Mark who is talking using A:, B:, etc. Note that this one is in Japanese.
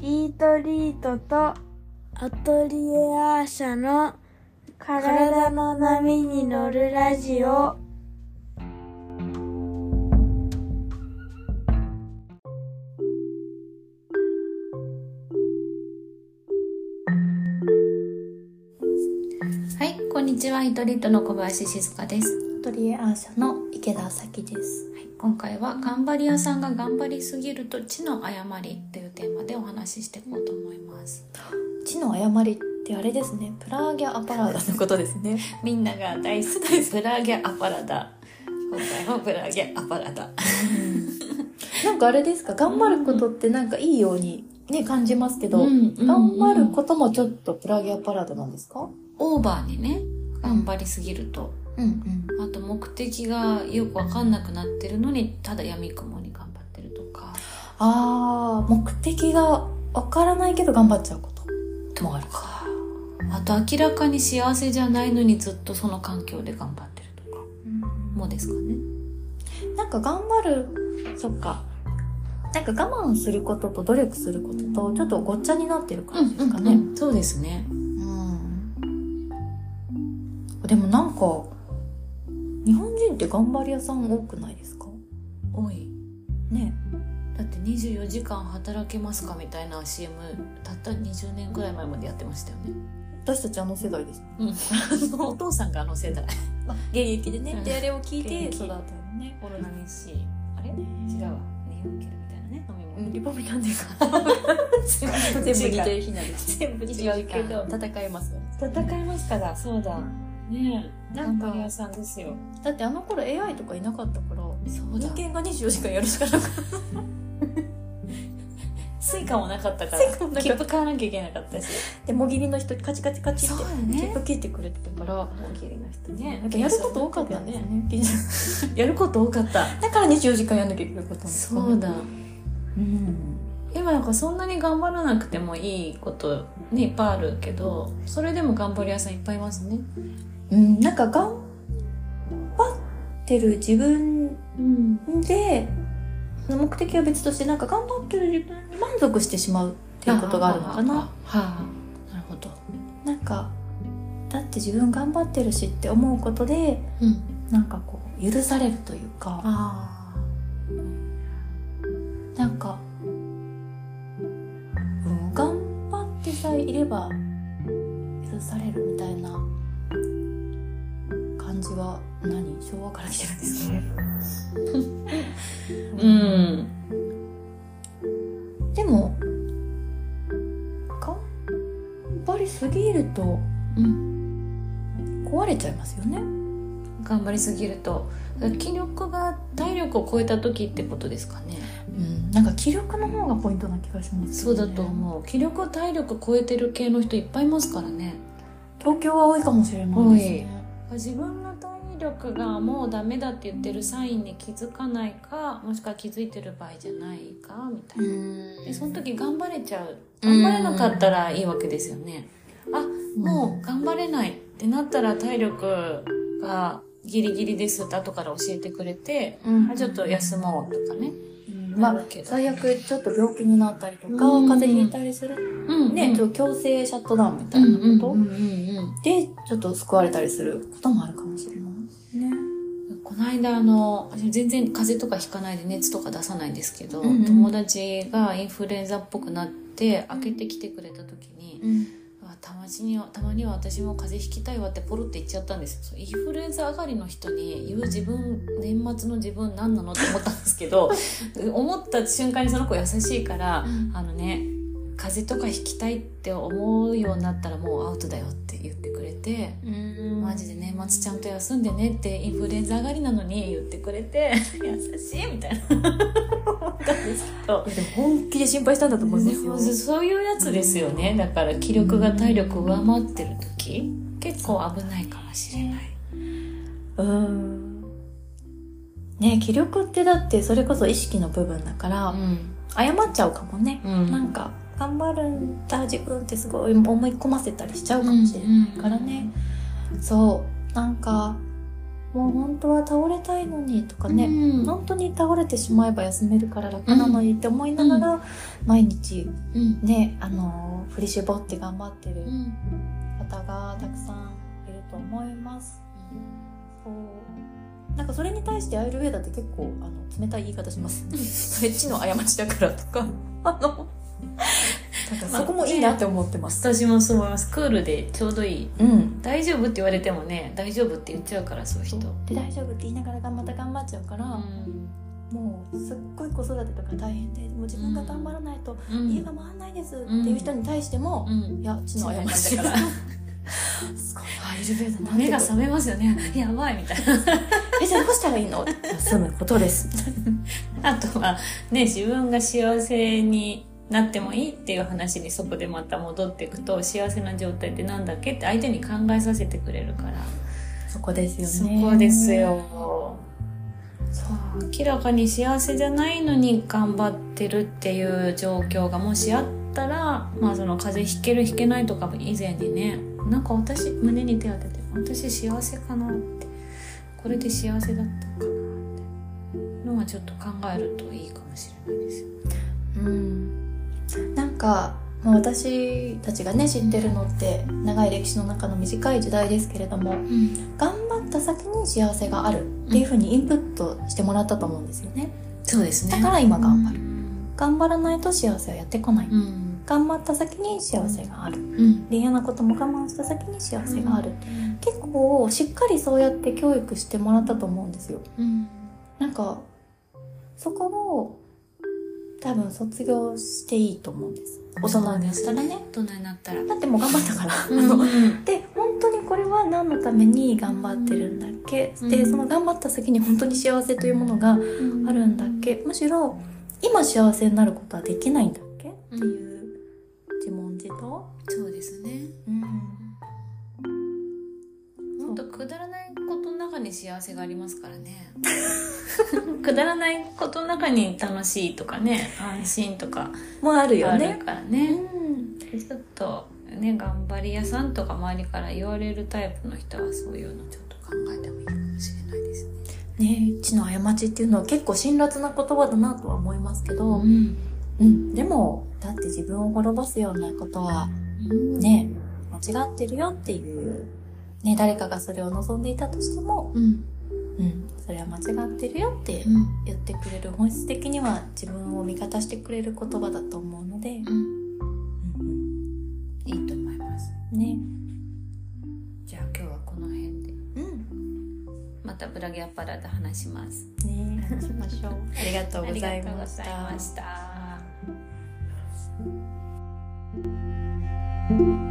A: イートリートと
B: アトリエアーシャの
A: 体の波に乗るラジオ
C: はい、こんにちは。ヒトリートの小林静香です。
D: トリエアーシャの池田咲です。
C: はい、今回は頑張り屋さんが頑張りすぎると知の誤りというテーマでお話ししていこうと思います。
D: 知の誤りってあれですね。プラーギャアパラダのことです ね。
C: みんなが大好きブラギャアパラダ。今回もブラギャアパラダ。
D: なんかあれですか。頑張ることってなんかいいようにね感じますけど、
C: ん
D: 頑張ることもちょっとプラーギャアパラダなんですか？
C: オーバーにね、頑張りすぎると、
D: うんうん。
C: あと目的がよくわかんなくなってるのに、ただ闇雲に頑張ってるとか。
D: ああ目的がわからないけど頑張っちゃうこともある。
C: かあと明らかに幸せじゃないのにずっとその環境で頑張ってるとかもですかね
D: なんか頑張るそっか。なんか我慢することと努力することとちょっとごっちゃになってる感じですかね。
C: そうですね
D: うんでもなんか日本人って頑張り屋さん多くないですか
C: 多い
D: ね
C: だって24時間働けますかみたいな CM たった20年くらい前までやってましたよね
D: 私たちあの世代です
C: うんお父さんがあの世代
D: 現役でね
C: うん
D: であれを聞い
C: 現
D: て
C: 役
D: 育ったのね
C: コロナにしあれ違うわネオンケルみたいなね飲み物
D: リポビタンでか
C: 全
D: 全部似てる日なんです
C: 全部違
D: 違
C: う
D: う
C: け
D: け
C: ど
D: ど戦えますよね
C: 戦いますからそうだねえ
D: なんか
C: 頑張り屋さんですよ
D: だってあの頃 AI とかいなかったから
C: そう
D: 人
C: だ
D: 間が24時間やるしかなかっ
C: スイカもなかったか
D: スイカもなか
C: ら
D: っ
C: 切
D: た
C: 符買わなきゃいけなかったした
D: でもぎりの人カチカチカチって
C: だ
D: 切符切ってくれてたから
C: 大喜利の人ね
D: なんかやること多かったんですね
C: やること多かった
D: だから24時間やんなきゃいけないことなんですかね
C: そうだ
D: うん
C: 今なんかそんなに頑張らなくてもいいことねいっぱいあるけどそれでも頑張り屋さんいっぱいいますね
D: うん、なんか頑張ってる自分
C: うん
D: で、目的は別として、なんか頑張ってる自分に満足してしまうっていうことがあるのかな。
C: はあなるほど
D: なんか、だって自分頑張ってるしって思うことで、
C: うん
D: なんかこう、許されるというか、
C: あ
D: なんか、うん、頑張ってさえいれば許されるみたいな感じは何昭和から来てるんですかね。
C: あうん
D: でも頑張りすぎると
C: うん
D: 壊れちゃいますよね。
C: 頑張りすぎると気力が体力を超えた時ってことですかね
D: うん、なんか気力の方がポイントな気がします
C: そ
D: よ
C: う
D: ね、
C: だと思う気力体力超えてる系の人いっぱいいますからね
D: 東京は多いかもしれないですね。
C: 自分の体力がもうダメだって言ってるサインに気づかないかもしくは気づいてる場合じゃないかみたいな、でその時頑張れちゃう頑張れなかったらいいわけですよね、もう頑張れないってなったら体力がギリギリですって後から教えてくれて、
D: うん、うん
C: あちょっと休もうとかね、
D: うんま
C: な
D: あ
C: るけど
D: 最悪ちょっと病気になったりとか、
C: うん
D: 風邪ひいたりする、
C: うん
D: ね、ちょっと強制シャットダウンみたいなこと、
C: うんうんうん
D: でちょっと救われたりすることもあるかもしれないですね。
C: この間あの私全然風邪とかひかないで熱とか出さないんですけど、
D: うんうん
C: 友達がインフルエンザっぽくなって開けてきてくれた時に、うわたまにはたまには私も風邪ひきたいわってポロって言っちゃったんですよそうインフルエンザ上がりの人に言う自分年末の自分何なのって思ったんですけど 思った瞬間にその子優しいから、あのね風邪とかひきたいって思うようになったらもうアウトだよって言ってくれて。マジで年末ちゃんと休んでねってインフルエンザ上がりなのに言ってくれて 優しいみたいな 思ったんですけど
D: いやでも本気で心配したんだと思いますよ。
C: そういうやつですよねだから気力が体力を上回ってる時結構危ないかもしれない、
D: うーんね気力ってだってそれこそ意識の部分だから、
C: ん
D: 謝っちゃうかもね、
C: うん
D: なんか頑張るんだ自分ってすごい思い込ませたりしちゃうかもしれないからね、そうなんかもう本当は倒れたいのにとか
C: ね、
D: ね、本当に倒れてしまえば休めるから楽なのにって思いながら、毎日
C: うん
D: ね、あのー振り絞って頑張ってる
C: うん
D: 方がたくさんいると思います。そうなんかそれに対してアイルベーダーって結構あの冷たい言い方し ます。それ地の過ちだからと か、あの、なんかそこもいいなって思ってます。
C: 私もそう思いますクールでちょうどいい
D: うん。
C: 大丈夫って言われてもね大丈夫って言っちゃうからそういう人
D: で大丈夫って言いながらまた頑張っちゃうから、もうすっごい子育てとか大変でもう自分が頑張らないと
C: うん
D: 家が回らないですっていう人に対しても、
C: うん
D: いや地の過ちだ からすごいアイルベーダーなんて
C: 目が覚めますよねやばいみたい
D: えじゃあどうしたらいいのって 休むことです
C: な あとはね自分が幸せになってもいいっていう話にそこでまた戻っていくと幸せな状態ってなんだっけって相手に考えさせてくれるから
D: そこですよ
C: そ
D: ね
C: こですよそう明らかに幸せじゃないのに頑張ってるっていう状況がもしあったら、まあ、その風邪ひけるひけないとか以前にねなんか私胸に手当てて私幸せかなってこれで幸せだったのかなってのはちょっと考えるといいかもしれないですよね。
D: うんなんかもう私たちがね知ってるのって長い歴史の中の短い時代ですけれども頑張った先に幸せがあるっていうふうにインプットしてもらったと思うんですよね
C: そうです
D: だから今頑張る
C: る。
D: 頑張らないと幸せはやってこない
C: うん
D: 頑張った先に幸せがある
C: うん
D: で嫌なことも我慢した先に幸せがある、結構しっかりそうやって教育してもらったと思うんですよ
C: うん
D: なんかそこを多分卒業していいと思うんです大人になったらね
C: 大人になったら。
D: だってもう頑張ったからあ
C: う
D: の
C: ん
D: で本当にこれは何のために頑張ってるんだっけ、
C: うん
D: でその頑張った先に本当に幸せというものがあるんだっけむしろ今幸せになることはできないんだっけっていう自問自答
C: そうですね。もっとくだらないことの中に幸せがありますから ね。くだらないことの中に楽しいとかね、安心とか
D: もあるよ
C: あ
D: ね
C: る。から
D: う
C: ね。
D: ん、
C: ちょっとね、頑張り屋さんとか周りから言われるタイプの人はそういうのちょっと考えてもいいかもしれないですね。
D: ね地の過ちっていうのは結構辛辣な言葉だなとは思いますけど、
C: ん。
D: うん、でもだって自分を滅ぼすようなことはね間違ってるよっていう、ね、誰かがそれを望んでいたとしても、
C: うん。
D: うん、それは間違ってるよって
C: うん。
D: 言ってくれる本質的には自分を味方してくれる言葉だと思うので、
C: うん。
D: うん
C: いいと思います。
D: うん、ね、
C: じゃあ今日はこの辺で。
D: うん、
C: またブラギアパラで話します。
D: ね、 話しましょう。ありがとうござい
C: ありがとう
D: ま
C: ご
D: し
C: ざい
D: た
C: ま。した。